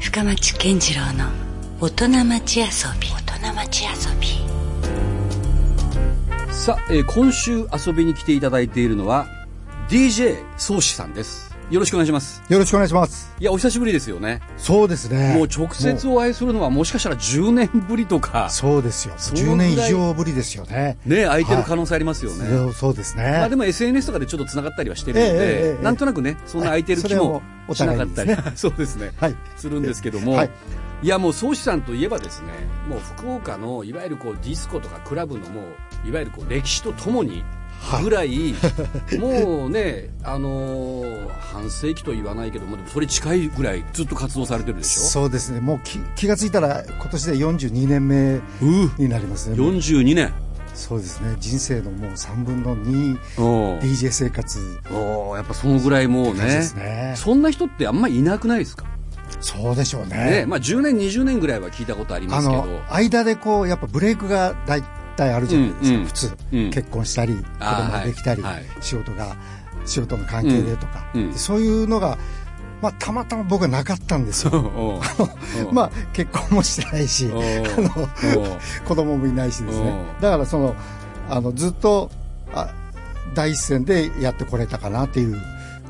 深町健次郎の大人町遊び大人町遊びさあ、えー今週遊びに来ていただいているのは DJ 宗志さんですよろしくお願いしますよろしくお願いします。いやお久しぶりですよねそうですね。もう直接もお会いするのはもしかしたら10年ぶりとかうそうですよ。うぐらい10年以上ぶりですよね。ね空いてる可能性ありますよね、そうそうですね。まあでも SNS とかでちょっと繋がったりはしてるので、ええええええなんとなくねそんな空いてる気もはいしそれなかはもうお互っいにたですりね そう,、ですね、はいするんですけども、はいい、やもう宗志さんといえばですねもう福岡のいわゆるこうディスコとかクラブのもういわゆるこう歴史とともにはいぐらい、 もうね、あのー半世紀と言わないけどもでもそれ近いぐらいずっと活動されてるでしょそうですね。もう気気がついたら今年で42年目ううになりますね。もう42年そうですね。人生のもう3分の2、お DJ 生活おやっぱそのぐらいもう感じねですね。そんな人ってあんまりいなくないですか、そうでしょうねね。まあ、10年20年ぐらいは聞いたことありまあすけどの、間でこう、やっぱブレイクが大体あるじゃないですか、うんうん普通。うん結婚したり、子供あーができたり、はいはい仕事が、仕事の関係でとか、うんうんそういうのが、まあ、たまたま僕はなかったんですよ。おう まあ、結婚もしてないし、おうあの、おう子供もいないしですねう。んだからその、あの、ずっと、あ第一線でやってこれたかなっていう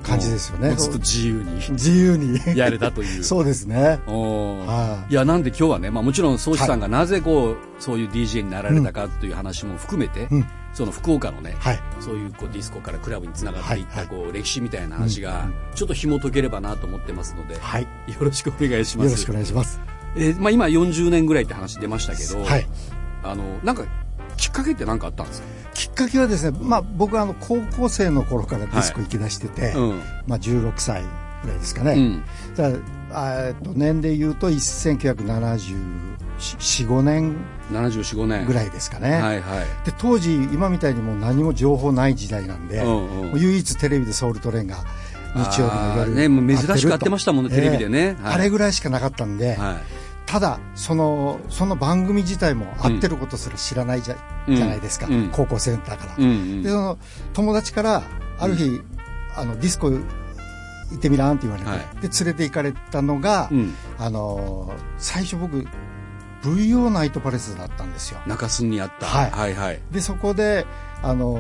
感じですよもねう。ずっと自由に自由に。やれたという そうですね。おーはいいや、なんで今日はね、まあもちろん、宗師さんがなぜこう、そういう DJ になられたかという話も含めて、うんその福岡のね、はい。そういうこうディスコからクラブにつながっていっはたいこう歴史みたいな話が、ちょっと紐解ければなと思ってますので、よはい。よろしくお願いします。ろしくお願いします。えーまあ今40年ぐらいって話出ましたけど、はい。あの、なんか、きっかけって何かあったんですかきっかけはですね、まあ、僕はあの高校生の頃からディスコ行き出してて、うん。まあ、16歳ぐらいですかね、うん。だからあーえっと年で言うと1974年74、5年。ぐい。らいですかね、はいはい。で当時今みたいにもう何も情報ない時代なんで、うんうんもう唯一テレビでソウルトレインが日曜日のあー夜ねもう珍しくるとやってましたもんねテレビでねええはいあれぐらいしかなかったんで、はただそのその番組自体も合ってることすら知らないじゃ,、うんじゃないですか、うん高校生だかい。うら、んでその友達からある日、あのディスコ行ってみらんって言われて、はいで連れて行かれたのが、うん。うん。あのー最初僕 VO ナイトパレスだったんですよ中洲にあった。はいはいはい。でそこであの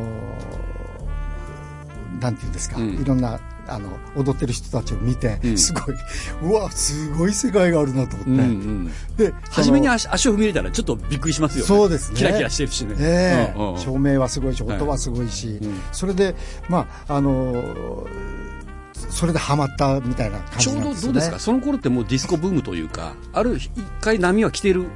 ーなんていうんですか、うんいろんなあの踊ってる人たちを見て、うんすごいうわすごい世界があるなと思って、うんうん。で初めにあ足足を踏み入れたらちょっとびっくりしますよね。そうですねキラキラしてるしね。ええうんうん照明はすごいし音はすごいし、うんそれでまああのーそれでハマったみたいな感ちょじうなんどですどようねですか、その頃ってもうディスコブームというか、ある一回波は来てる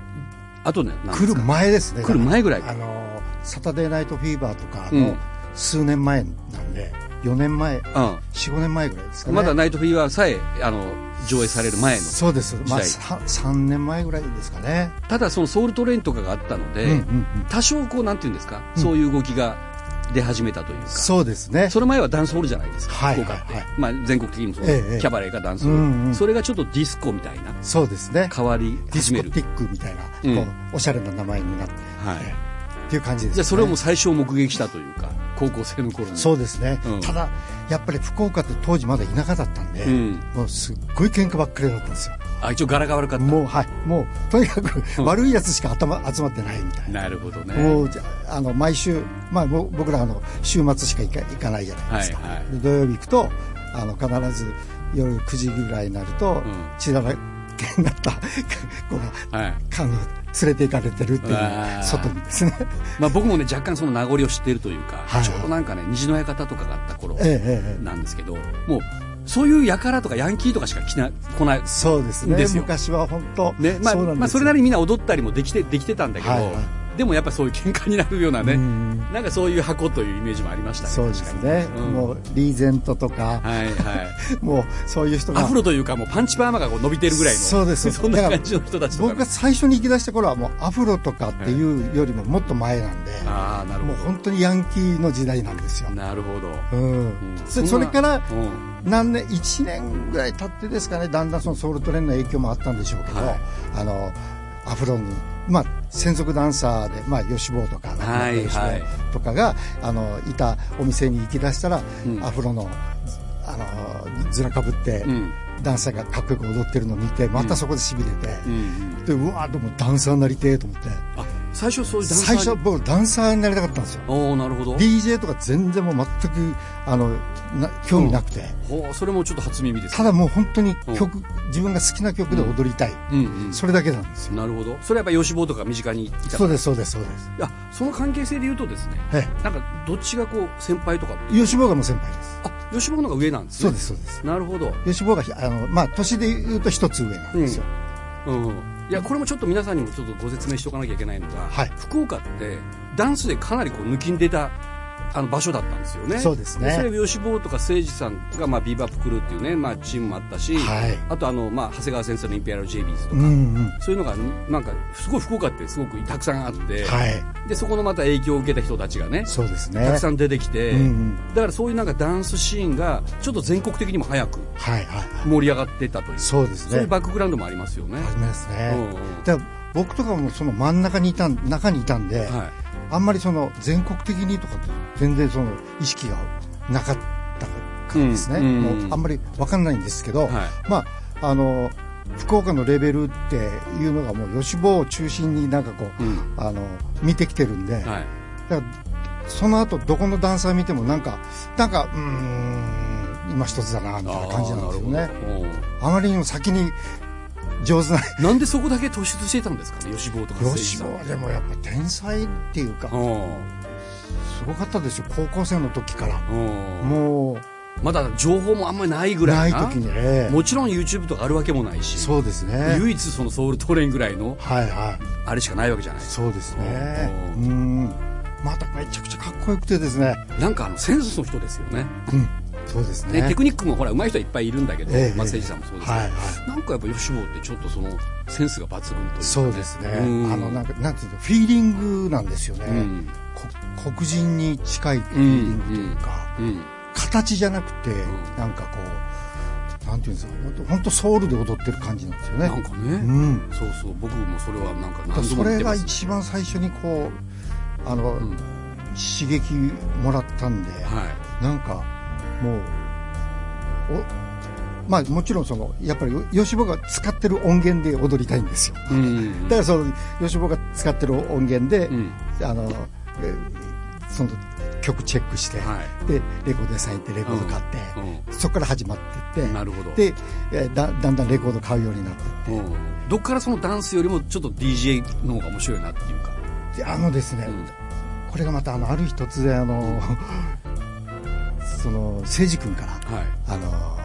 後ね、なんですか来る前ですね来る前ぐらいあか。のーサタデーナイトフィーバーとかうんの数年前なんで、4年前45年前ぐらいですかうん、ねまだナイトフィーバーさえあの上映される前の、そうです、まあ、時さ3年前ぐらいですかね、ただ、そのソウルトレインとかがあったので、うんうんうん多少、こうなんていうんですか、そういう動きが出始めたというか、そうですねその前はダンスホールじゃないですか、はい福岡って、はいはまあ、全国的にもそう、ええええキャバレーかダンスホール、うんうんそれがちょっとディスコみたいな、そうですね変わりディ始スめコる、ティックみたいな、うんこうおしゃれな名前になって、はいっていう感じです、ね、じゃあ、それをもう最初目撃したというか、高校生の頃に。そうですね、うんただ、やっぱり福岡って当時まだ田舎だったんで、うんもうすっごい喧嘩ばっかりだったんですよ、あ一応柄が悪かったもう、はい、もうとにかく悪いやつしか頭集まってないみたいな、なるほどねもうじゃああの毎週、まあ、もう僕らあの週末しか行か行かないじゃないですか、はいはいで土曜日行くと、あの必ず夜9時ぐらいになると、ん血だらけになった 子が、はいあの連れて行かれてるっていううわー、外にですね。 まあ、僕もね若干その名残を知っているというか、はいちょうどなんかね虹の館とかがあった頃ええええなんですけど、もうそういう輩とかヤンキーとかしか来な来ないそうですねですよ昔は本当、ねまあそうそなんですよまあ、それなりにみんな踊ったりもできてできてたんだけど、はいはでもやっぱそういう喧嘩になるようなねうんなんかそういう箱というイメージもありましたねそうです確かね、うんもうリーゼントとか、にはい はいもうそういう人がアフロというかもうパンチパーマがこう伸びてるぐらいのそうです そんな感じの人たちとか僕が最初に行き出した頃はもうアフロとかっていうよりももっと前なんで、ああなるもうほ本当にヤンキーの時代なんですよど、なるほど、うんうんでんそなれからうん何年1年ぐらい経ってですかねだんだんそのソウルトレインの影響もあったんでしょうけど、はいあのアフロに、まあ、専属ダンサーで、まあ、吉坊とか、はい吉坊はいとかがあのいたお店に行き出したら、うんアフロのあのずらかぶって、うんダンサーがかっこよく踊ってるのを見てまたそこでしびれて、うんうんでうわーでもダンサーになりてえと思ってあ最初そういうダンサー最初は僕ダンサーになりたかったんですよおおなるほど DJ とか全然もう全くあのな興味なくて、ほうそれもちょっと初耳ですただもう本当に曲、自分が好きな曲で踊りたい、うんうんそれだけなんですよ、なるほどそれはやっぱ吉坊とか身近にいたそうですそうですそうですあその関係性で言うとですねえなんかどっちがこう先輩とかえ吉坊がもう先輩ですあ吉坊の方が上なんですねそうですそうですなるほど吉坊があの、まあ、年で言うと一つ上なんですよ、うんいやこれもちょっと皆さんにもちょっとご説明しておかなきゃいけないのが、はい福岡ってダンスでかなりこう抜きんでたあの場所だったんですよねそうですねそれ吉坊とか誠司さんが、まあ、ビーバップクルーっていうね、まあ、チームもあったし、はいあとあの、まあ、長谷川先生のインペアル JBs とか、うんうんそういうのがなんかすごい福岡ってすごくたくさんあって、はいでそこのまた影響を受けた人たちがねそうですねたくさん出てきて、うんうんだからそういうなんかダンスシーンがちょっと全国的にも早くはいはいはい盛り上がってたというそうですねそういうバックグラウンドもありますよね、ありますね、うんうんだから僕とかもその真ん中にいたん中にいたんで、はいあんまりその全国的にとかって全然その意識がなかったからですね、うんうんもうあんまり分かんないんですけど、はいまああの福岡のレベルっていうのがもう吉坊を中心になんかこう、うんあの見てきてるんで、はいだからその後どこのダンサー見てもなんかなんかうーん今一つだなみたいな感じなんですよあーねるほどうんあまりにも先に上手ななんでそこだけ突出していたんですかね、吉坊とか誠司吉さ坊ん。はでもやっぱ天才っていうかうすごかったですよ高校生の時からんうんもうまだ情報もあんまりないぐらないいな時にねもちろん YouTube とかあるわけもないし、そうですね唯一そのソウルトレインぐらいのはいはいあれしかないわけじゃないですそうですねおーうんまためちゃくちゃかっこよくてですねかなんかあのセンスの人ですよねそうですねテねクニックもほら上手い人はいっぱいいるんだけど、ええまあ、誠司さんもそうですけど、はいはなんかやっぱ吉坊ってちょっとそのセンスが抜群というかそうですねあうんのなんかなんていうのフィーリングなんですよねうんこ黒人に近いフィーリングというかうん形じゃなくてんなんかこうなんていうんですか本当本当ソウルで踊ってる感じなんですよねなんかね、うんそうそう僕もそれはなんかだから何度そも言っれてまがす一番最初にこうあの、ん刺激もらったんで、はいなんかもうおまあもちろんそのやっぱり吉坊が使ってる音源で踊りたいんですようんうんだからその吉坊が使ってる音源で、うんあのえその曲チェックして、はでレコード屋さん行ってレコード買って、い、うんそこから始まっていってなるほどでえだだんだんレコード買うようになってうん、どっからそのダンスよりもちょっと DJ の方が面白いなっていうか、であのですね、うんこれがまたあのある日突然あの その誠司君からはいあの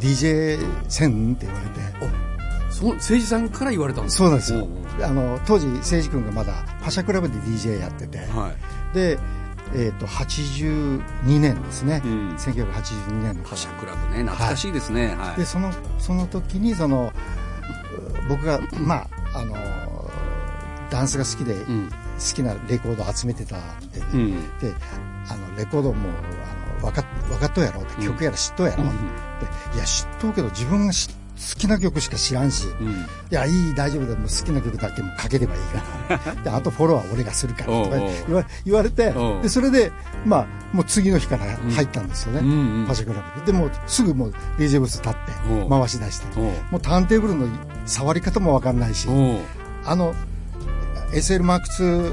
DJ 千って言われてその誠司さんから言われたんですかそうなんですよおうおうあの当時誠司君がまだパシャクラブで DJ やってて、はいで、えー、と82年ですね、うん1982年のパシャクラブね懐かしいですねはい、でそのその時にそのう僕がまああのダンスが好きで、うん好きなレコードを集めてたんで、うんであのレコードもあの分かっ分かっとうやろって曲やら知っとうやろ、うんでいや知っとうけど自分がし好きな曲しか知らんし、うんいやいい大丈夫だもう好きな曲だけもかければいい からであとフォローは俺がするからとかおうおう言わ言われておうでそれで、まあ、もう次の日から入ったんですよね、うんうんうんパシャクラブででもうすぐもう DJ ブース立っておう回し出しておうもうターンテーブルの触り方も分かんないしおうあの SL マーク2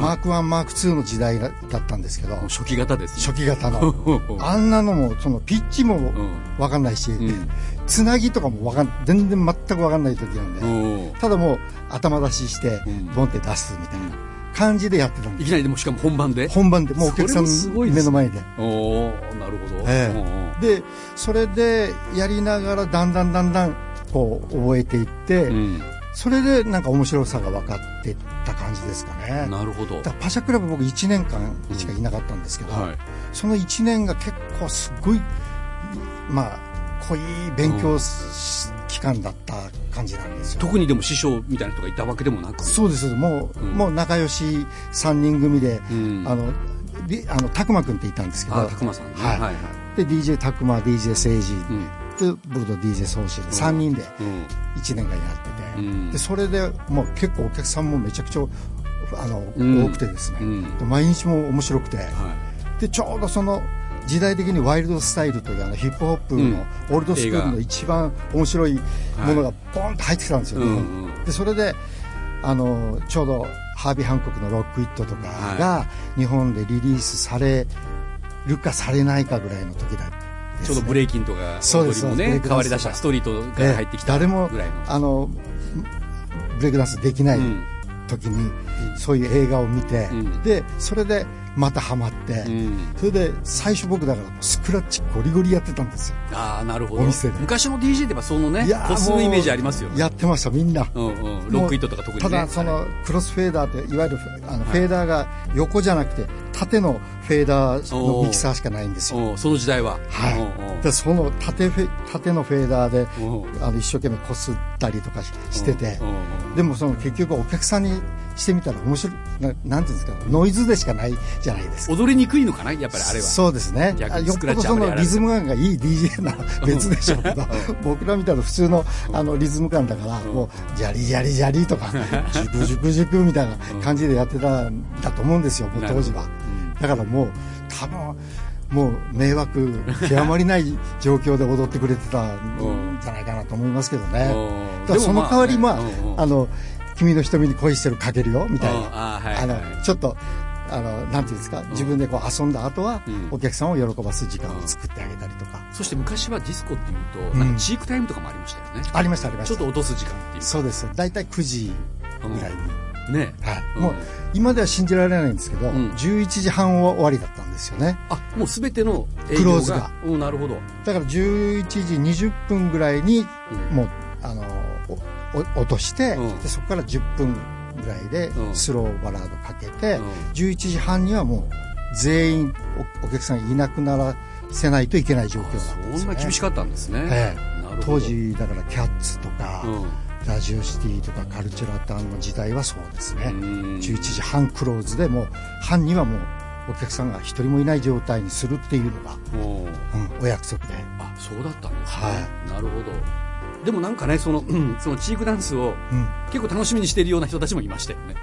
マーク1マーク2の時代だだったんですけど初期型です初期期型の あんなのもそのピッチもん分かんないし、んつなぎとかもわかん全然全く分かんない時なんで。おうただもう頭出ししてうんボンって出すみたいな感じでやってたんでいすきなりでもしかも本番で本番でもうお客さんそれもすごいです目の前でおおなるほど、ええおうおうでそれでやりながらだんだんだんだんこう覚えていって、うん、それでなんか面白さが分かってった感じですかねなるほどだからパシャクラブ僕1年間しかいなかったんですけど、はいその1年が結構すごいまあ濃い勉強し期間だった感じなんですよ特にでも師匠みたいな人がいたわけでもなくそうですもう、うんもう仲良し3人組で、うんあのりあの拓磨君っていたんですけどああ拓磨さんねはいはいはいで DJ 拓磨 DJ 誠治、うんで僕と DJ 宗志で3人で1年間やってうて、んでそれでもう結構お客さんもめちゃくちゃあの、うん多くてですね、うんで毎日も面白くて、はいでちょうどその時代的にワイルドスタイルというあのヒップホップうんのオールドスクール映の画一番面白いものがポンと入ってきたんですよね、うんうんでそれであのちょうどハービー・ハンコックの「ロック・イット」とかが日本でリリースされるかされないかぐらいの時だったちょうどブレイキンとか、そうです踊りもそうでね、す変わり出した、ストリートが入ってきたええぐら誰いの。もあのブレイクダンスできないうん時に、そういう映画を見て、うんでそれでまたハマって、うんそれで最初僕だからスクラッチゴリゴリやってたんですよああ、なるほど。お店で昔の DJ ってばそのねいや、ー個数もうのイメージありますよ。やってましたみんなうんうん。ロックイットとか特にね。ただそはいのクロスフェーダーっていわゆるあのフェーダーが横じゃなくて縦のフェーダーのミキサーしかないんですようんその時代は。はい、でその縦フェ縦のフェーダーでうんうんうんあの一生懸命こすったりとかししててうんうんでもその結局お客さんにしてみたら面白いななんていうんですかノイズでしかないじゃないですか踊りにくいのかなやっぱりあれは。そうですね逆あによっスクぽラッどチそあんまりやらのないリズム感がいい DJ なら別でしょうけど僕らみたいな普通のあのリズム感だからもうジャリジャリジャリ とかジュクジュクジュクみたいな感じでやってたんだと思うんですよもう当時なはるほだからもう多分もう迷惑極まりない状況で踊ってくれてたんじゃないかなと思いますけどねうんだからその代わりでもままあねうんうんああの君の瞳に恋してるかけるよみたいうんなあーはいあのはいちょっと、あの、なんていうんですか、自分でこう遊んだ後はうん、お客さんを喜ばす時間を作ってあげたりとか。そして昔はディスコっていうと、んなんかチークタイムとかもありましたよね。ありました、ありまちょしっとた。落とす時間っていうそうです。大体9時ぐらいに。か。ね。はい。うんもう、今では信じられないんですけど、ん11時半終わりだったんですよね。あ、もうすべての営業が。クローズがうん、なるほど。だから11時20分ぐらいにう、もう、あの、おお落としてうん、でそこから10分ぐらいでう、んスローバラードかけてうん、 11時半にはもう、全員お、お客さんいなくならせないといけない状況だったんですそよんなね。厳しかったんですね。えなるほど当。時だからキャッツとか、うラジオシティとかカルチュラタンの時代はそうですね、うん11時半クローズでもう半にはもうお客さんが一人もいない状態にするっていうのが、うんうんお約束であ、そうだったんですね。はなるほど。でもなんかね、その、うんそのチークダンスをうん結構楽しみにしているような人たちもいましたよね。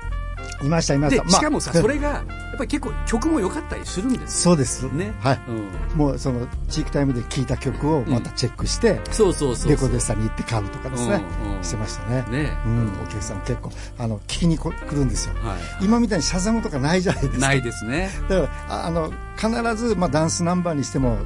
いましたいましでた、しかもさ、そうんれが、やっぱり結構曲も良かったりするんですそうですよね。はいうん。もうそのチークタイムで聴いた曲をまたチェックして、そうそうそうそう。レコーデスターに行って買うとかですね、うんうんしてましたねねうん、お客さん結構あの聞きにこ来るんですよ、はい。今みたいにシャザムとかないじゃないですかないですね。だからああの必ず、まあ、ダンスナンバーにしても、ん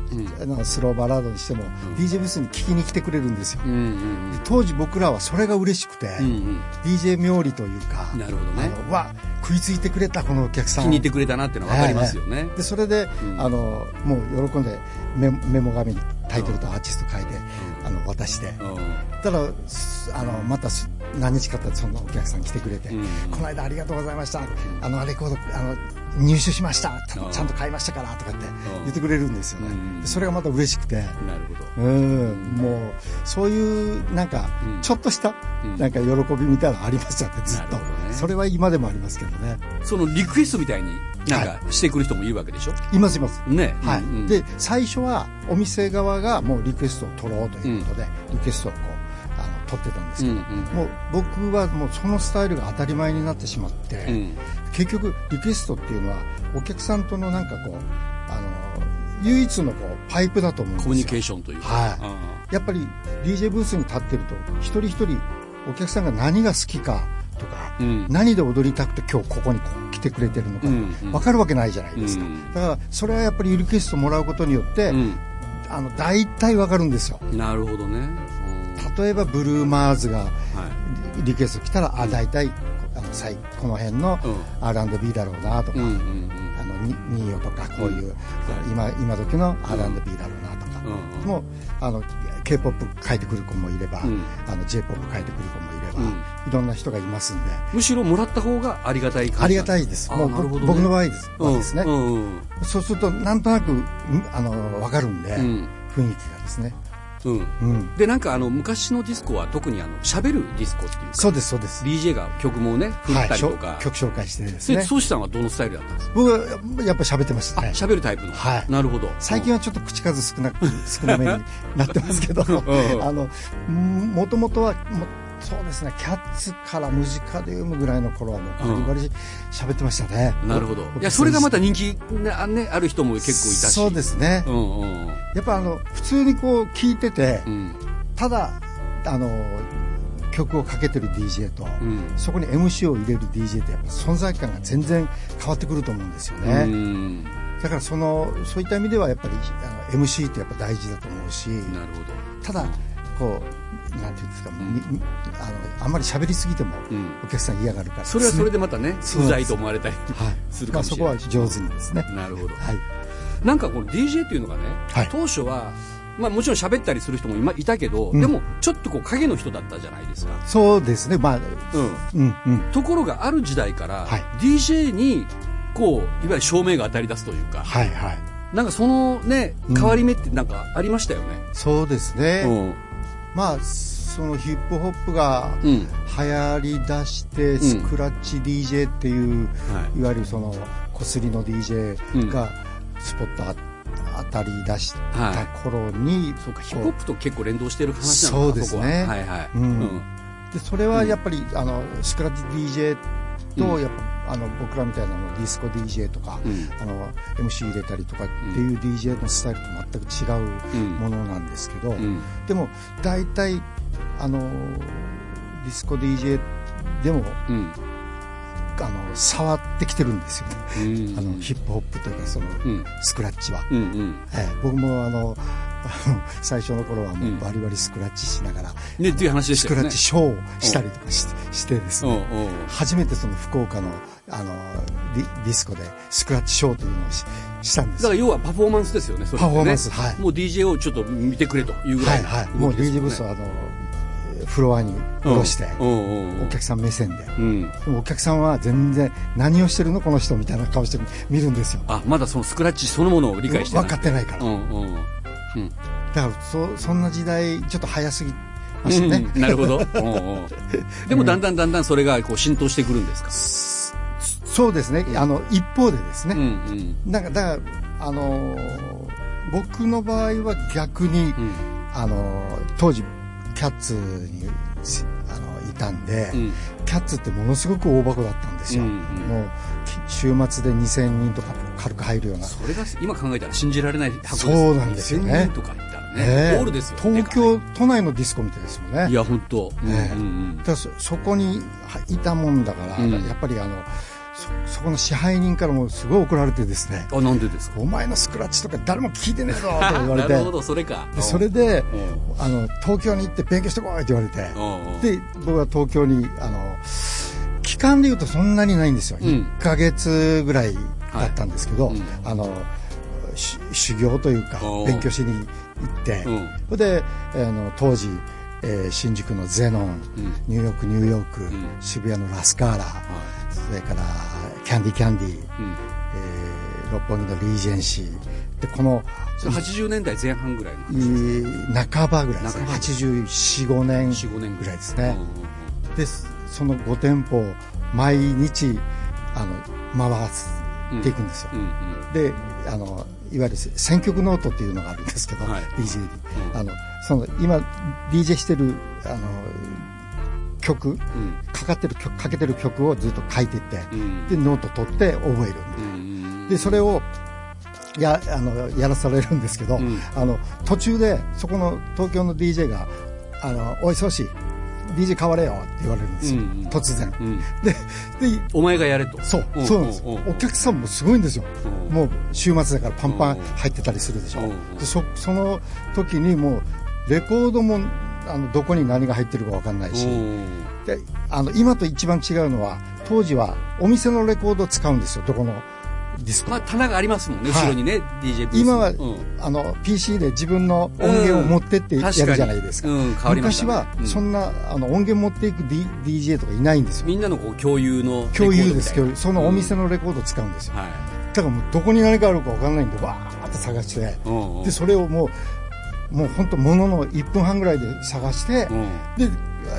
あのスローバラードにしても、DJ ブースに聞きに来てくれるんですよ、うんうん当時僕らはそれが嬉しくて、うん。うん、 DJ 冥利というかうん。なるほどね。あのわ食いついてくれたこのお客さん気に入ってくれたなっていうのは分かりますよね。でそれで、んあのもう喜んでメメモ紙にタイトルとアーティスト書いて、あの渡して、うんただすあのまたす何日か経ってそのお客さん来てくれて、うんこの間ありがとうございましたあのレコードあの入手しましたちゃうんんちゃんと買いましたからとかってん言ってくれるんですよね、うんでそれがまた嬉しくて。なるほど。うん、もうそういうなんかうんちょっとしたうんなんか喜びみたいなのありましたねずっと、なるほどねそれは今でもありますけどねそのリクエストみたいになんかしてくる人もいるわけでしょ、いますいますね。はい、うんうんで最初はお店側がもうリクエストを取ろうということで、リクエストをこうあの取ってたんですけど、うんうんもう僕はもうそのスタイルが当たり前になってしまって、うん結局リクエストっていうのはお客さんとのなんかこうあの唯一のこうパイプだと思うんですよコミュニケーションというか。はいやっぱり DJ ブースに立ってると一人一人お客さんが何が好きかとか、うん何で踊りたくて今日ここにこう来てくれてるのか、うんうん分かるわけないじゃないですか、うんだからそれはやっぱりリクエストもらうことによって、うんあの大体分かるんですようんなるほどね。例えばブルーマーズがうんはいリリクエスト来たら、あ大体こあの最この辺のうん R&B だろうなとか、うんうんあのニニーヨとかこういう、うん今今時の R&B だろうなとか、うんもうあの k p o p 書いてくる子もいれば、うんあの j p o p 書いてくる子もいれば、うんいろんな人がいますんでむしろもらった方がありがたい感じありがたいですあもうなるほどね僕の場合です,、ですね、うんうんそうするとなんとなくんあの分かるんで、ん雰囲気がですね、うんうん、で、なんかあの、昔のディスコは特にあの、喋るディスコっていうか、そうですそうです、 DJ が曲もね、振ったはりい、しょとか。曲紹介してですで、ねソシさんはどのスタイルだったんですか僕はやっぱ喋ってましあたね、喋るタイプの。はいなるほど。最近はちょっと 口数少な少なめになってますけど、んあのももともとはもそうですねキャッツからムジカリウムぐらいの頃はもうバリバリ喋ってましたね、なるほど僕いやそれがまた人気な、ね、ある人も結構いたし、そうですすね、うんうんやっぱあの普通にこう聞いてて、うんただあの曲をかけてる DJ と、うんそこに MC を入れる DJ ってやっぱ存在感が全然変わってくると思うんですよね、うんだからそのそういった意味ではやっぱりあの MC ってやっぱ大事だと思うしなるほどただこうなんていうんですか、みみあのあんまり喋りすぎてもうんお客さん嫌がるから、それはそれで、でまたねそううざいと思われたりするまかあ、もそしこれない、は上手にですねなるほどはいなんかこの DJ っていうのがね、はい当初は、まあ、もちろん喋ったりする人も今いたけど、んでもちょっとこう影の人だったじゃないですか、そうですねまあうんうんところがある時代から、はい DJ にこういわゆる照明が当たり出すというか、はいはいなんかそのねうん変わり目ってなんかありましたよね、そうですね、うんまあそのヒップホップがう流ん行りだしてスクラッチ DJ っていう、はいい、わゆるそのこすりの DJ うんがスポットあ当たり出した頃に、そうかヒップホこップと結構連動してる話なのかそうですねこははいはい、うんうでそれはやっぱり、あのスクラッチ DJ うとんやっぱ、あの僕らみたいなのディスコ DJ とか、うんあの MC 入れたりとかっていう DJ のスタイルと全く違ううんものなんですけど、うんでも大体あのディスコ DJ でもうんあの触ってきてるんですよね、うんあのヒップホップというかその、うんスクラッチは、うんうんええ僕もあの あの最初の頃はもうんうバリバリスクラッチしながら、ねっていう話でしスたクよラねッチショーをしたりとかし,、してですうんね、うん初めてその福岡のあのディディスコでスクラッチショーというのをししたんでだすからよ要はパフォーマンスですよね、それってねパフォーマンスはいもう DJ をちょっと見てくれというぐらはいいの動きはいもうですよね DJ ブースをあのえーフロアに下ろして、うんうんうんお客さん目線で、うんでもお客さんは全然何をしてるのこの人みたいな顔して見るんですよあまだそのスクラッチそのものを理解してない分かってないから、うんうんうんだからそそんな時代ちょっと早すぎましたね、うんなるほど、うんうんでもだんだんだんだんそれがこう浸透してくるんですか、そうですねあの一方でですうんね、うんなんかだからあのー僕の場合は逆に、うんあのー当時キャッツにしあのいたんで、うんキャッツってものすごく大箱だったんですよ、うんうんもうき週末で2000人とか軽く入るようなそれが今考えたら信じられない箱ですそうなんですよね2000人とかいったらねねえホールですよ東京都内のディスコみたいですもんねいや本当、うんねえうんだからそそこにはいたもんだから、うんやっぱりあのそそこの支配人からもすごい怒られてですねうんあなんでですか「お前のスクラッチとか誰も聞いてねえぞ」とか言われて なるほどそれかでそれでうんあの東京に行って勉強してこいって言われてうんうんで僕は東京にあの期間で言うとそんなにないんですよ、うん1ヶ月ぐらいだったんですけど、はいうんあのし修行というかおー勉強しに行って、うんそれであの当時、えー新宿のゼノン、うんニューヨークニューヨーク、ん渋谷のラスカーラ、はそれからキャンディキャンディ、うんえー六本木のリージェンシーでこのそれ80年代前半ぐらいのい半ばぐらいですね半ば845年45年ぐらいですうんね、でその5店舗を毎日あの回っていくんですよ、うんうんであのいわゆる選曲ノートっていうのがあるんですけど、はい DJ に、うんあのその今 DJ してるあのう曲、んかかってる曲かけてる曲をずっと書いていって、うんでノート取って覚えるみたいな、うんでそれをやあのやらされるんですけど、うんあの途中でそこの東京の DJ が「あのおい宗師 DJ 変われよ」って言われるんですよ、うんうん突然。うんででお前がやれとそうそうなんですお客さんもすごいんですようんもう週末だからパンパンうん入ってたりするでしょうんでそその時にもうレコードもあのどこに何が入ってるか分かんないしうんであの今と一番違うのは当時はお店のレコードを使うんですよどこのディスコまあ棚がありますもんねはい後ろにね DJ ブース今は、うんあの PC で自分の音源を持ってってうんやるじゃないです確かか,、にうん変わりまし昔たねはうんそんな、あの音源持っていく、D、DJ とかいないんですよみんなのこう共有のレコードみ共たいな有です共有そのお店うんのレコードを使うんですよ、はだからもうどこに何があるか分かんないんでわーっと探して、いうんうんでそれをもうもう本当ものの1分半ぐらいで探して、うんで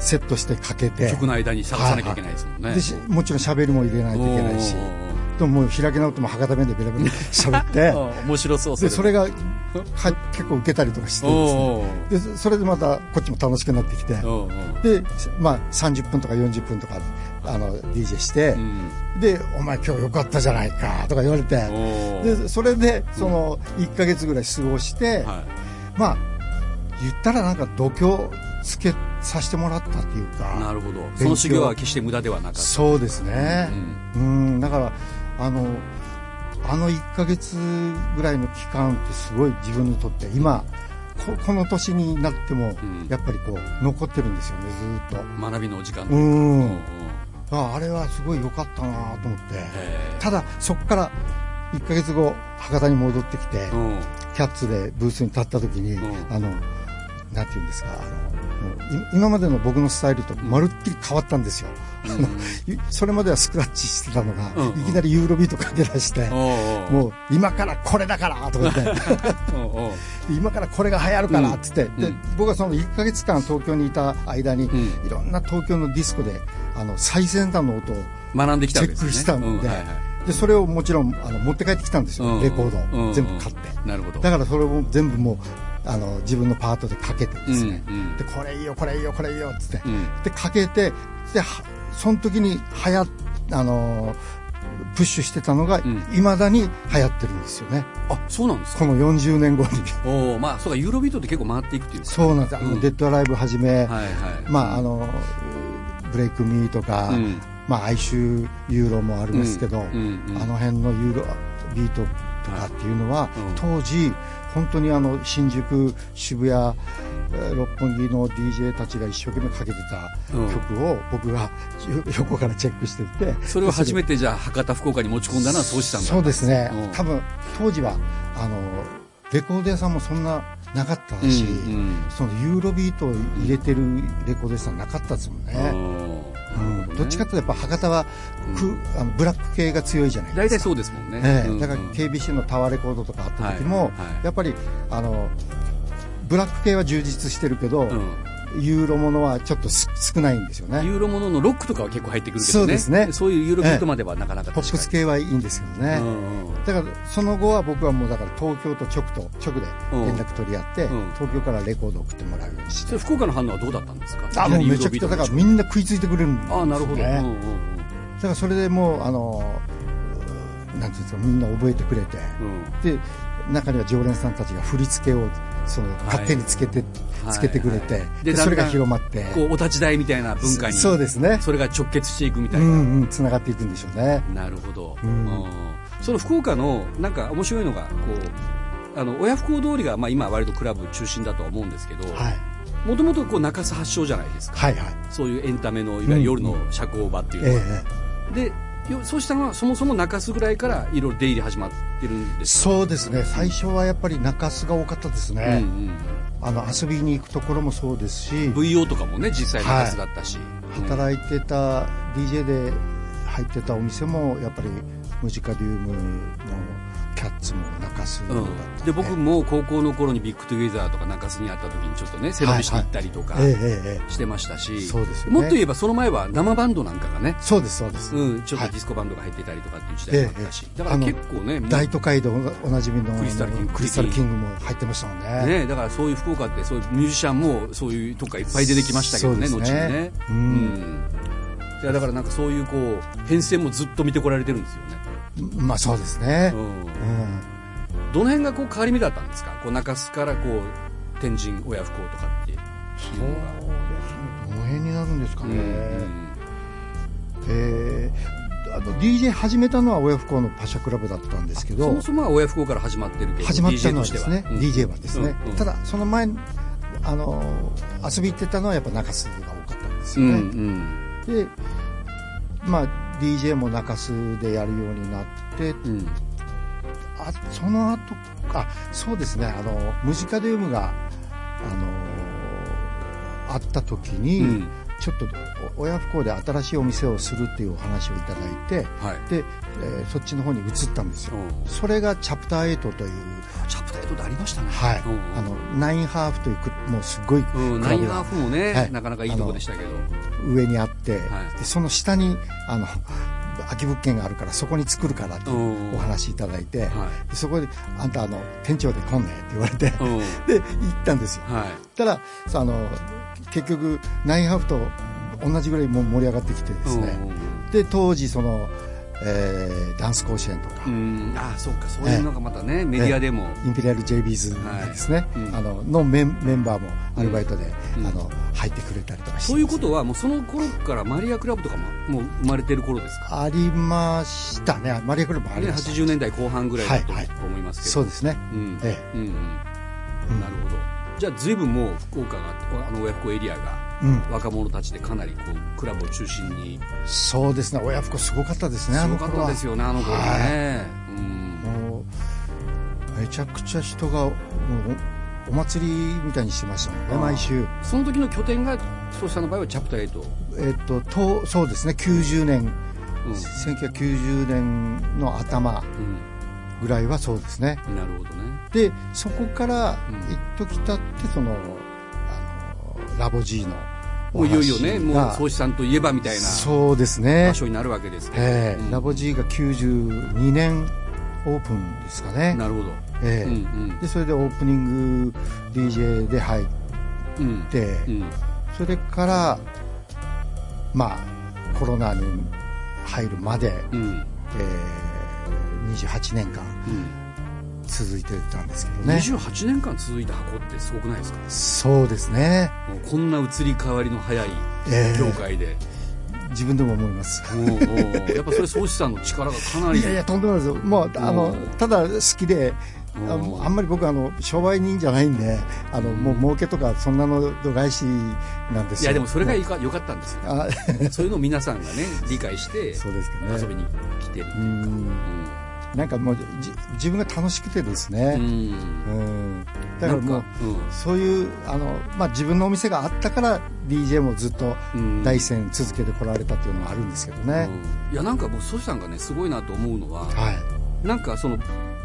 セットしてかけて曲の間に探さなきゃいけないですもんねでしもちろん喋りも入れないといけないしうんうんうんでももう開き直っても博多弁でベラベラ喋ってあ面白 そうでそれががは結構受けたりとかしてですねおーでそれでまたこっちも楽しくなってきておーおーで、まあ、30分とか40分とかあの DJ して、うんで「お前今日よかったじゃないか」とか言われておーでそれでその1か月ぐらい過ごして、はまあ言ったらなんか度胸つけさせてもらったっていうい、なかるほど強その修行は決して無駄ではなかったそうですねうんだからあのあの1か月ぐらいの期間ってすごい自分にとって今ここの年になってもんやっぱりこう残ってるんですよねずーっ学びのお時間とううんん、うんああれはすごい良かったなと思ってえただそこから1か月後博多に戻ってきて、 ーうんキャッツでブースに立った時に、うんあのなんていうんですかあのもうい今までの僕のスタイルとまるっきり変わったんですよ、あのいそれまではスクラッチしてたのが、うんうんいきなりユーロビートかけ出して、おーおーもう今からこれだからと か言っておーおー今からこれが流行るからっつって、うでん僕はその1か月間東京にいた間に、んいろんな東京のディスコであの最先端の音を学んできたわチけェですねックしたんで,、うんはいはでそれをもちろんあの持って帰ってきたんですよ、うんレコードを、うん全部買って、いなるほどだからそれを全部もうあの自分のパートでかけてですね、うんうんでこれいいよこれいいよこれいいよっつって、うんでかけてではその時にはやあのープッシュしてたのがんいま、未だに流行ってるんですよねあそうなんですかこの40年後 におおまあそうかユーロビートって結構回っていくっていうかそうなんですあうの、んデッドアライブはじめ、はいはいまああのブレイクミーとか、うんまあ哀愁ユーロもありますけど、うんうんうんあの辺のユーロビートとかっていうのは、いうん当時本当にあの新宿渋谷えー六本木の DJ たちが一生懸命かけてうんた曲を僕がよ横からチェックしててそれを初めててじゃあ博多福岡に持ち込んだのはそうしたんだそうですね、うん多分当時はあのレコード屋さんもそんななかったし、うんうんそのユーロビートを入れてるレコード屋さんなかったですもんね、うんどっちかというとやっぱ博多はく、あのブラック系が強いじゃない大体ですか。そうですもんね、ええうんうんだから KBC のタワーレコードとかあった時はも、いはいやっぱりあのブラック系は充実してるけど、うユーロものはちょっとす少ないんですよねユーロもののロックとかは結構入ってくるけどねそうですねそういうユーロビートまではなかなかポップス系はいいんですけどうね、んうんだからその後は僕はもうだから東京と直と直で連絡取り合って、うん東京からレコード送ってもらうようにしそて、れ福岡の反応はどうだったんですかあもうめちゃくちゃだからみんな食いついてくれるんですよ、ね、ああなるほど、うんうんだからそれでもうあのなんていうんですかみんな覚えてくれて、うんうんで中には常連さんたちが振り付けをその勝手につけて、はいつけてくれて、はいはいでだんだんそれが広まってこうお立ち台みたいな文化にそうですねそれが直結していくみたういな、んうんつながっていくんでしょうねなるほど、ううんんその福岡のなんか面白いのがこうあの親不孝通りが、まあ、今は割とクラブ中心だとは思うんですけどはいもともとこう中洲発祥じゃないですかはいはいそういうエンタメのいわゆる夜の社交場っていうええのえは、でよそうしたのはそもそも中洲ぐらいからいろいろ出入り始まってるんえですそうですね最初はやっぱり中洲が多かったですよね、ね、うんあの遊びに行くところもそうですしうん、VO とかもね実際中洲だったし、働いてた DJ で入ってたお店もやっぱりムジカリウムのキャッツも中洲うだったんんで,、で僕も高校の頃にビッグトゥギザーとか中洲にあった時にちょっとね背伸びして行ったりとかええええええしてましたし、そうですよもねっと言えばその前は生バンドなんかがね、そうですそうです、うん、ちょっとディスコバンドが入ってたりとかっていう時代もあったし、ええだから結構ね、もう大都会でおおなじみのクリスタルキングクリスタルキングも入ってましたもんねね、だからそういう福岡ってそういうミュージシャンもそういうとこからいっぱい出てきましたけどね、そう後でにすねね。うんいやだからなんかそういうこう変遷もずっと見てこられてるんですよね。まあそうですねう、ん、うんどの辺がこう変わり目だったんですか。こう中洲からこう天神親不孝とかっていうのが。どの辺になるんですかうね、んえーあと DJ 始めたのは親不孝のパシャクラブだったんですけそどもそもは親不孝から始まってるけど、始まったのは DJ でとしすてね DJ はですね、うんうんただその前あの遊び行ってたのはやっぱ中洲が多かったんですうよんうね、んでまあ DJ も中洲でやるようになってうんあその後あそうですねあのムジカデウムがあのあった時に、うんちょっとお親不孝で新しいお店をするっていうお話をいただいてはい。で、えーそっちの方に移ったんですよ、うんそれがチャプター8という、チャプター8でありましたね。はいうんうんあのナインハーフというクもうすごいクうん、ナラインブハーがフもね、はいなかなかいいとこでしたけど。上にあって、はいでその下にあの 空き物件があるからそこに作るからっていうお話いただいて、はそこで「あんたあの店長で来んね」って言われて、い。うん。で行ったんですよはい。たらさあの結局ナインハーフと同じぐらいもう盛り上がってきてですね、で当時その、えーダンス甲子園とか、うん。ああ、そうか、そういうのがまたね、メディアでも。インペリアル JBs ですね、いうんあののメンメンバーもアルバイトで、うんあの入ってくれたりとかしてそういうことは、もうその頃からマリアクラブとかも、もう生まれてる頃ですか。ありましたねマリアクラブもありね、ました、 80年代後半ぐらいだとはいはい思いますけど。そうですねうん。えうんうん。うんなるほど。じゃあ、随分もう福岡が、あの、親子エリアが、うん、若者たちでかなりこう、クラブを中心に、そうですね親不孝すごかったですねすごかったですよよね、あの頃はね。うん。もうめちゃくちゃ人がもうおお祭りみたいにしてましたもんねあー毎週その時の拠点が、そうしたの場合はチャプター8。えっととそうですね90年うん。 1990年の頭ぐらいはそうですねうん。なるほどね。でそこからうん一時たってそのあのラボ G のもおう話いよいよね、もうが総資さんといえばみたいなそうですね場所になるわけですけどええうんラボ G が92年オープンですかね、なるほど。えうえんうんでそれでオープニング DJ で入っうんて、うんそれからまあコロナに入るまで、うんうんえー28年間続いてたんですけどね28年間続いた箱ってすごくないですかそうですね、もうこんな移り変わりの早いええ業界で、自分でも思いますおうおうやっぱそれ総資さんの力がかなりいやいやとんでもないですよもうあのうんただ好きであうんのあんまり僕あの商売人じゃないんであのもう儲けとかそんなの度外視なんですよいやでもそれがいいか良かったんですよあ そういうのを皆さんがね理解してそうですけどね遊びに来てるっていううかんなんかもうじ自分が楽しくてですうん、うね、んうんだからもうなんかそういうあの、まあ、自分のお店があったから DJ もずっとうん第一線続けてこられたっていうのもあるんですけどうね、んいやなんか僕総資さんがねすごいなと思うのは、はいなんかその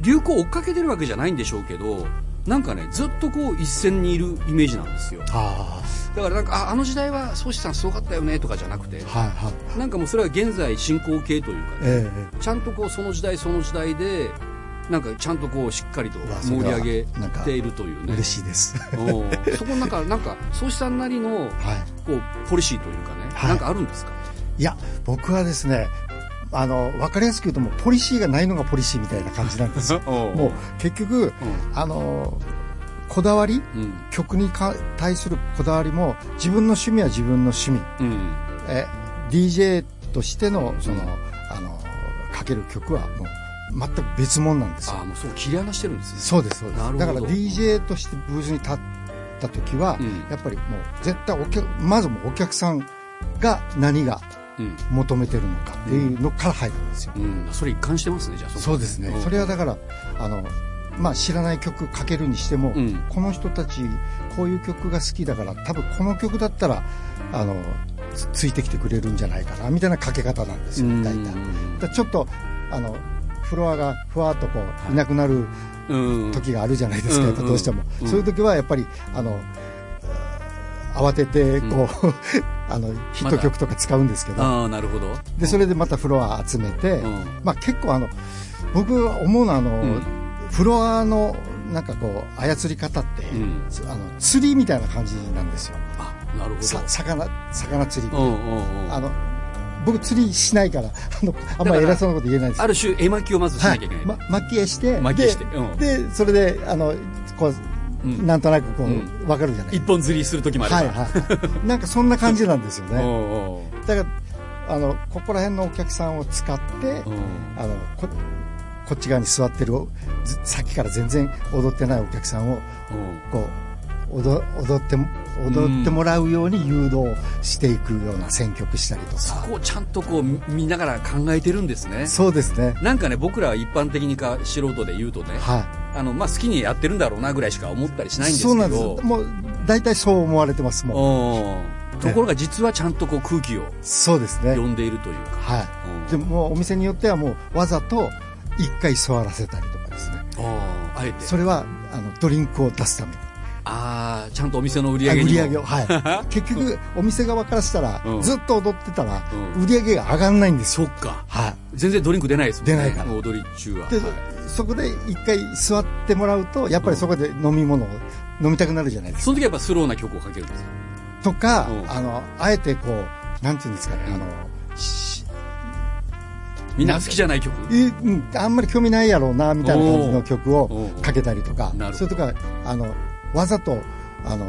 流行を追っかけてるわけじゃないんでしょうけどなんかねずっとこう一線にいるイメージなんですよあだからなんかああの時代は宗師さんすごかったよねとかじゃなくてあはいはいなんかもうそれは現在進行形というか、ね、えちゃんとこうその時代その時代でなんかちゃんとこうしっかりとうわそ盛れりは上げているというえね嬉しいです、うんそこの中なんか宗師さんなりのはいこうポリシーというかね、はいなんかあるんですか。いや、僕はですね、あの、わかりやすく言うともうポリシーがないのがポリシーみたいな感じなんですよおうもう結局、あの、こだわりうん曲にか対するこだわりも、自分の趣味は自分の趣味。うんえ、DJ としての、その、あの、かける曲はもう全く別物なんですあよ。あもうそう切り離してるんですねそうです、そうでなるほす。どだから DJ としてブースに立った時は、うんやっぱりもう絶対お客、まずもうお客さんが何がうん求めてるのかっていうのから入るんですよ。うん、それ一貫してますねじゃあこそうですね。それはだから、あの、まあ、知らない曲かけるにしても、うんこの人たち、こういう曲が好きだから、多分この曲だったら、あの、つついてきてくれるんじゃないかな、みたいなかけ方なんですよ、大体。だからちょっと、あの、フロアがふわっとこう、いなくなるうん時があるじゃないですうか、んやっぱどうしても。うんそういう時は、やっぱり、あの、あー慌てて、こう、 あの、ヒット曲とか使うんですけど、ああなるほどで、それでまたフロア集めて、うんまあ、結構あの僕思うのはあの、うんフロアのなんかこう操り方って、うんあの釣りみたいな感じなんですよあなるほさど魚魚釣り、うんうんうんあの僕釣りしないからあのあんまり偉そうなこと言えないんですあける種絵巻きをまずしど、はなきゃいけないい、ま、巻き絵して巻き絵してで,、うんでそれであのこう、うんなんとなくこう、うん分かるじゃない一本釣りする時もあればはいはいはいなんかそんな感じなんですようんね うんだからあのここら辺のお客さんを使って、うんあのここっち側に座ってるずさっきから全然踊ってないお客さんをうんこう踊踊って踊ってもらうように誘導していくような選曲したりとそか、こをちゃんとこう見見ながら考えてるんですねそうですねなんかね僕らは一般的にか素人で言うとねはあのまあ好きにやってるんだろうなぐらいしか思ったりしいないんですけどそうなんですもう大体そう思われてますもううんところが実はちゃんとこう空気をそうですね読んでいるというかはうんいでももうお店によってはもうわざと一回座らせたりとかですねあああえてそれはあのドリンクを出すためにああちゃんとお店の売りあ上げ売にりも上げを、 はい、結局、お店側からしたら、うんずっと踊ってたら、うん売り上げが上がんないんですそよ、っかは全然ドリンク出ないですもんね出ないからもう踊り中は、いではいそこで一回座ってもらうと、やっぱりそこで飲み物を飲みたくなるじゃないですか。その時はやっぱスローな曲をかけるんですよとか、うんあのあえてこう、なんていうんですかね、あのしみんな好きじゃない曲えうんあんまり興味ないやろうなみたいな感じの曲おをーかけたりとかなる、ほそどれとか、あのわざとあの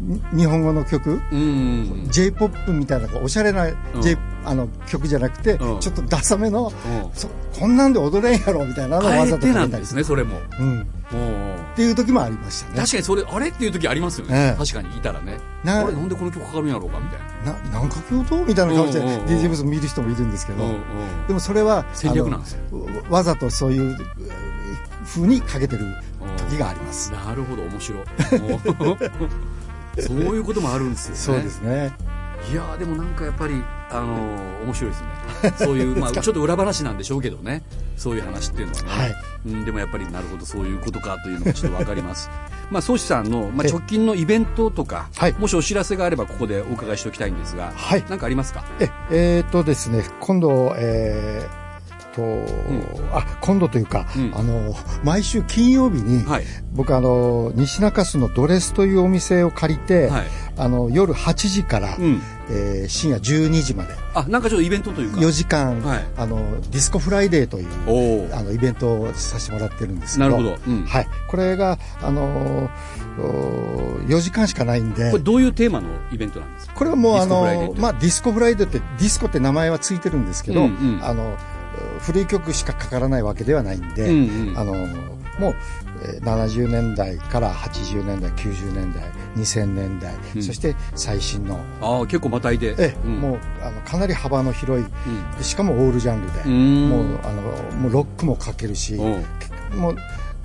に日本語の曲、うん J-POP みたいなこうおしゃれな、J うんあの曲じゃなくて、うんちょっとダサめの、そこんなんで踊れんやろみたいなのをあわえざとてかなけんたりですねそれもうん、っおうおうていう時もありましたね確かにそれあれっていう時ありますよね、ええ確かにいたらねなあれなんでこの曲かかるんやろうかみたいなな何かけとみたいな顔してうんうんうん DJ ブース見る人もいるんですけど、うんうんでもそれは戦略なんですよあのわわざとそういうえー風にかけてる時があります、なるほど面白い そういうこともあるんですよねそうですねいやーでもなんかやっぱりあのー面白いですねそういう まあちょっと裏話なんでしょうけどねそういう話っていうのはね、はいうん、でもやっぱりなるほどそういうことかというのがちょっとわかります まあ宗師さんの、まあ、直近のイベントとか、はいもしお知らせがあればここでお伺いしておきたいんですが、はいなんかありますかええーっとですね今度えーっと、あ今度というか、うんあの毎週金曜日に、はい僕あの西中洲のドレスというお店を借りて、はいあの夜8時から、うんえー深夜12時まであなんかちょっとイベントというか4時間、はいあのディスコフライデーというおーあのイベントをさせてもらってるんですけどなるほどうんはい、これが、あの4時間しかないんでこれどういうテーマのイベントなんですかこれはもうあディスコフライデーっての、まあ、ディスコフライデーってディスコって名前はついてるんですけど、うんうんあの古い曲しかかからないわけではないんで、うんうんあのもうえー70年代から80年代90年代2000年代、うんそして最新の、ああ結構またいでええうんもうあのかなり幅の広い、でしかもオールジャンルで、うんもうあのもうロックもかけるし、うんもう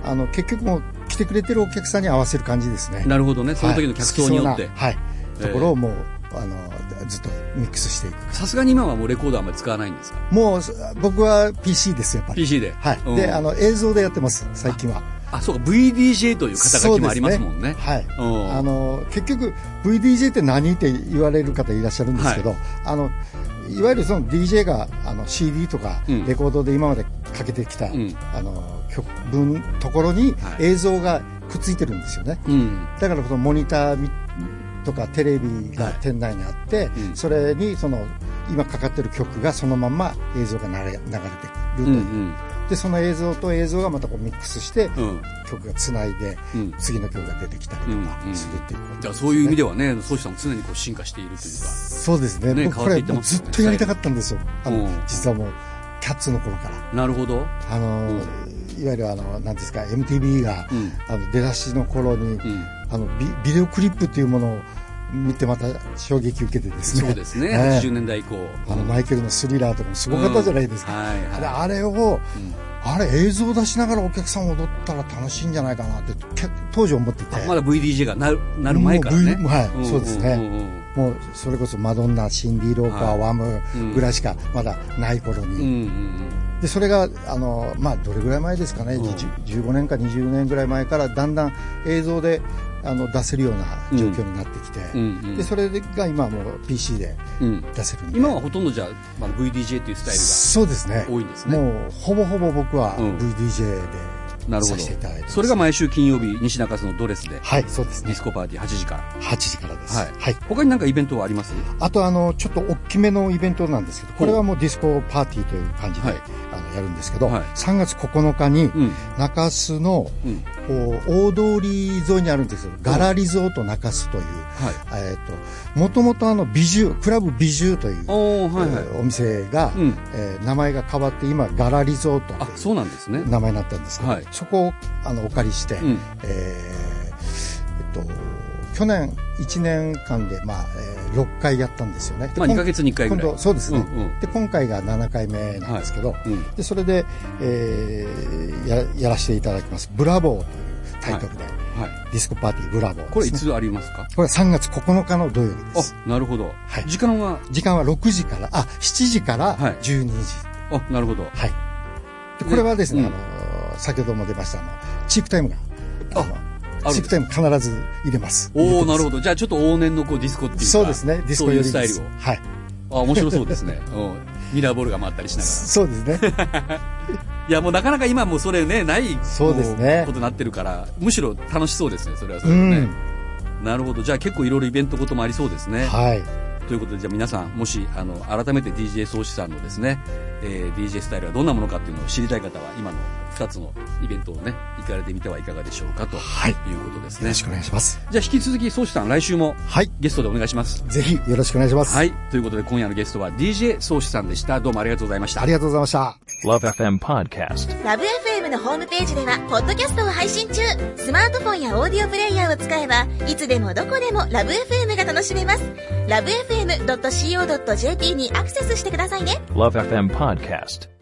あの結局もう来てくれてるお客さんに合わせる感じですね。なるほどねその時の客層によって、はい、好きそうなはいええところをもう、あのずっとミックスしていくさすがに今はもうレコードあんまり使わないんですかもうす僕は PC ですやっぱり PC ではい、うんであの映像でやってます最近はあそうか VDJ という肩書きもありますもんねそうですはいうんあの結局 VDJ って何って言われる方いらっしゃるんですけど、、はいあのいわゆるその DJ があの CD とかうんレコードで今までかけてきた、んあの曲分ところにはい映像がくっついてるんですよね、うんだからこのモニターみとかテレビはがい店内にあって、うんそれにその今かかってる曲がそのまんま映像が流れ流れてくるうとんういうんでその映像と映像がまたこうミックスして、うん曲がつないで、うん次の曲が出てきたりとうんうんかするっていうことですね、じゃあそういう意味ではね宗師さんも常にこう進化しているというかそうですねね僕変こわってれいってもうますずよっねとやりたかったんですよあの、うん実はもうキャッツの頃からなるほどあの、いわゆるあのなんですか MTV が、うんあの出だしの頃に、んあのビビデオクリップっていうものを見てまた衝撃受けてですねそうですね ええ80年代以降あのマイケルのスリラーとかもすごかったじゃないですか、うんはいはいあれあれを、あれ映像出しながらお客さん踊ったら楽しいんじゃないかなってけ当時思っててまだ VDJ がなるなる前からねもう V- はいんそうですねんうんもうそれこそマドンナシンディ・ローパー、はいワムぐらいしかまだない頃うんうに、んうんでそれがあの、まあ、どれぐらい前ですかね、10 15年か20年ぐらい前からだんだん映像であの出せるような状況になってきて、うんうんでそれが今はもう PC でうん出せるんで今はほとんどじゃあ、まあ、VDJ というスタイルがそうですね多いんですねもうほぼほぼ僕はうん VDJ なでるほさどせていただいてます、それが毎週金曜日西中洲のドレスではいそうですディねスコパーティー8時から8時からです、はい、はい、他に何かイベントはありますあとあのちょっと大きめのイベントなんですけどこれはもうディスコパーティーという感じで、はいあのやるんですけど、はい3月9日にん中洲の、うんこう大通り沿いにあるんですけどガラリゾート中洲という、えっともともとあの美獣クラブ美獣という、おおはいはい、えーお店が、うんえー名前が変わって今ガラリゾートあというそうなんですね名前になったんですけど、はいそこをあのお借りして、んえーえっと、去年1年間で、まあえー6回やったんですよね。でまあ今2ヶ月に1回ぐらい今度そうですね、うんうんで今回が7回目なんですけど、いうんでそれで、えーややらせていただきます「ブラボー」というタイトルで、はいディスコパーティー「ブラボーですね、これいつありますかこれは3月9日の土曜日ですあなるほど、はい時間は時間は6時からあ7時からはい12時、あなるほどはい。でこれはですね、うんあの、先ほども出ました、あの、チークタイムが、ああの、あるシフト M 必ず入れます。おおなるほほどじゃあちょっと往年のこうディスコっていうかそうですね。ディスコそういようりスタイでルす。はい。をあ面白そうですね、うん、ミラーボールが回ったりしながらそうです ね。いやもうなかなか今もうそれねないそうですねこことになってるからむしろ楽しそうですねそれはそれうでね、ん。なるほどじゃあ結構いろいろイベントこともありそうですね、はい。ということでじゃあ皆さんもしあの改めて DJ 創始さんのですね、えー DJ スタイルはどんなものかっていうのを知りたい方は今の2つのイベントをね行かれてみてはいかがでしょうかとはいいうことですよね、ろしくお願いします。じゃあ引き続き創始さん来週もはい。ゲストでお願いしますぜひよろしくお願いします。はいということで今夜のゲストは DJ 創始さんでしたどうもありがとうございましたありがとうございました。 Love FM Podcast. ラブ f m のホームページではポッドキャストを配信中スマートフォンやオーディオプレイヤーを使えばいつでもどこでもラブ f m が楽しめますラブ FM.co.jp にアクセスしてくださいね Love FM Podcast.